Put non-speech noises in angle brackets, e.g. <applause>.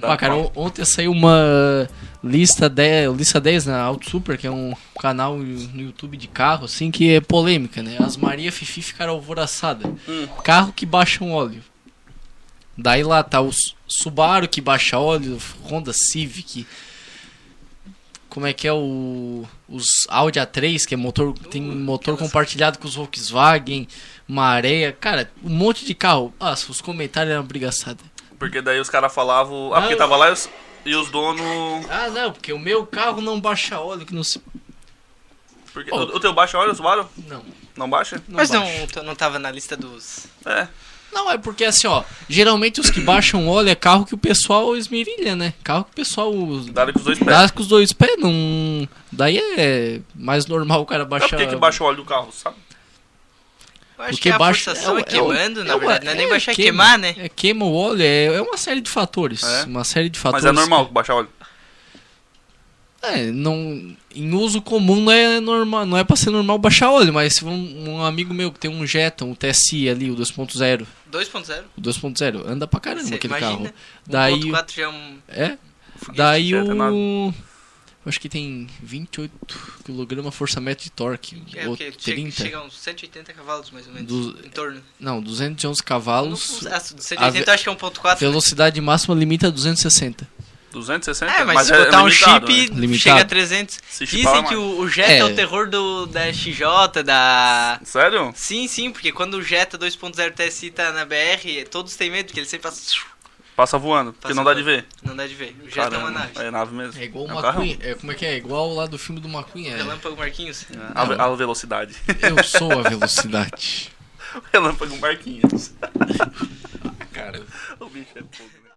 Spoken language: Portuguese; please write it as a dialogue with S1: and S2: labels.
S1: Tá,
S2: Ah, cara, on- ontem saiu uma lista 10, lista 10 na Auto Super, que é um canal no YouTube de carro, assim, que é polêmica, né? As Maria Fifi ficaram alvoraçadas.
S1: Hum.
S2: Carro que baixa um óleo. Daí lá tá o Su- Subaru que baixa óleo, Honda Civic. Como é que é o os Audi A3, que é motor tem motor compartilhado com os Volkswagen, Maréia, cara, um monte de carro. Ah, os comentários eram brigaçada.
S1: Porque daí os caras falavam. Ah, porque
S2: Não.
S1: tava lá e os, e os donos.
S2: Ah, não, porque o meu carro não baixa óleo que não se
S1: Porque,
S2: Pô.
S1: o, o teu baixa olha, o Subaru?
S2: não,
S1: Não baixa?
S2: não
S3: Mas
S2: baixa.
S3: não, não tava na lista dos.
S1: É.
S2: Não, é porque assim, ó. Geralmente os que baixam óleo é carro que o pessoal esmirilha, né? Carro que o pessoal
S1: Dá com os dois pés.
S2: dá com os dois pés. Não... Daí é mais normal o cara
S1: Sabe
S2: baixar.
S1: por É que, que baixa o óleo do carro, sabe?
S3: Eu acho
S2: Porque
S3: que a
S2: baixa- é
S3: frustração é,
S2: o- é o-
S3: queimando, na
S2: é uma-
S3: verdade. Não é nem
S2: é,
S3: baixar e
S2: queima.
S3: queimar, né?
S2: É, queima o óleo, é, é uma série de fatores.
S1: É?
S2: Uma série de
S1: Mas
S2: fatores.
S1: é normal baixar óleo.
S2: É, não, em uso comum não é normal, não é pra ser normal baixar óleo, mas se um, um amigo meu que tem um Jetta, um TSI ali, o 2.0,
S3: 2.0.
S2: o 2.0, anda pra caramba
S3: Você
S2: aquele
S3: imagina?
S2: carro. Daí,
S3: 1.4 já é um.
S2: é, Daí
S1: Certo, é nada.
S2: o. eu Acho que tem 28 kg força média de torque.
S3: É
S2: ou
S3: o quê? Chega,
S2: 30.
S3: chega a uns 180 cavalos, mais ou menos.
S2: Dos- é
S3: Em torno.
S2: Não, 211
S3: Não,
S2: cavalos.
S3: ah, 180 eu acho que é 1.4. né?
S2: Velocidade máxima limita a 260.
S1: 260?
S3: É, mas, se
S1: é- é
S3: botar um
S1: limitado,
S3: chip,
S1: né?
S2: Limitado.
S3: chega a 300.
S1: Se chipar, é
S3: Dizem que
S1: mais.
S3: o, o Jetta é.
S2: É.
S3: o terror do, da XJ, da...
S1: Sério?
S3: Sim, sim, porque quando o Jetta 2.0 TSI tá na BR, todos têm medo, porque ele sempre passa...
S1: Passa voando, porque
S3: Passa
S1: não dá
S3: voando.
S1: de ver.
S3: Não dá de ver. O Jetta Tá é uma nave.
S1: é nave mesmo.
S2: É igual
S1: um
S2: o
S1: carro?
S2: McQueen. É, como é que é? É igual lá do filme do McQueen. É,
S3: Relâmpago Marquinhos.
S1: É, A, ve- a velocidade. <laughs>
S2: eu sou a velocidade.
S1: Relâmpago Marquinhos.
S2: Cara.
S1: um <laughs> o bicho é pouco, né?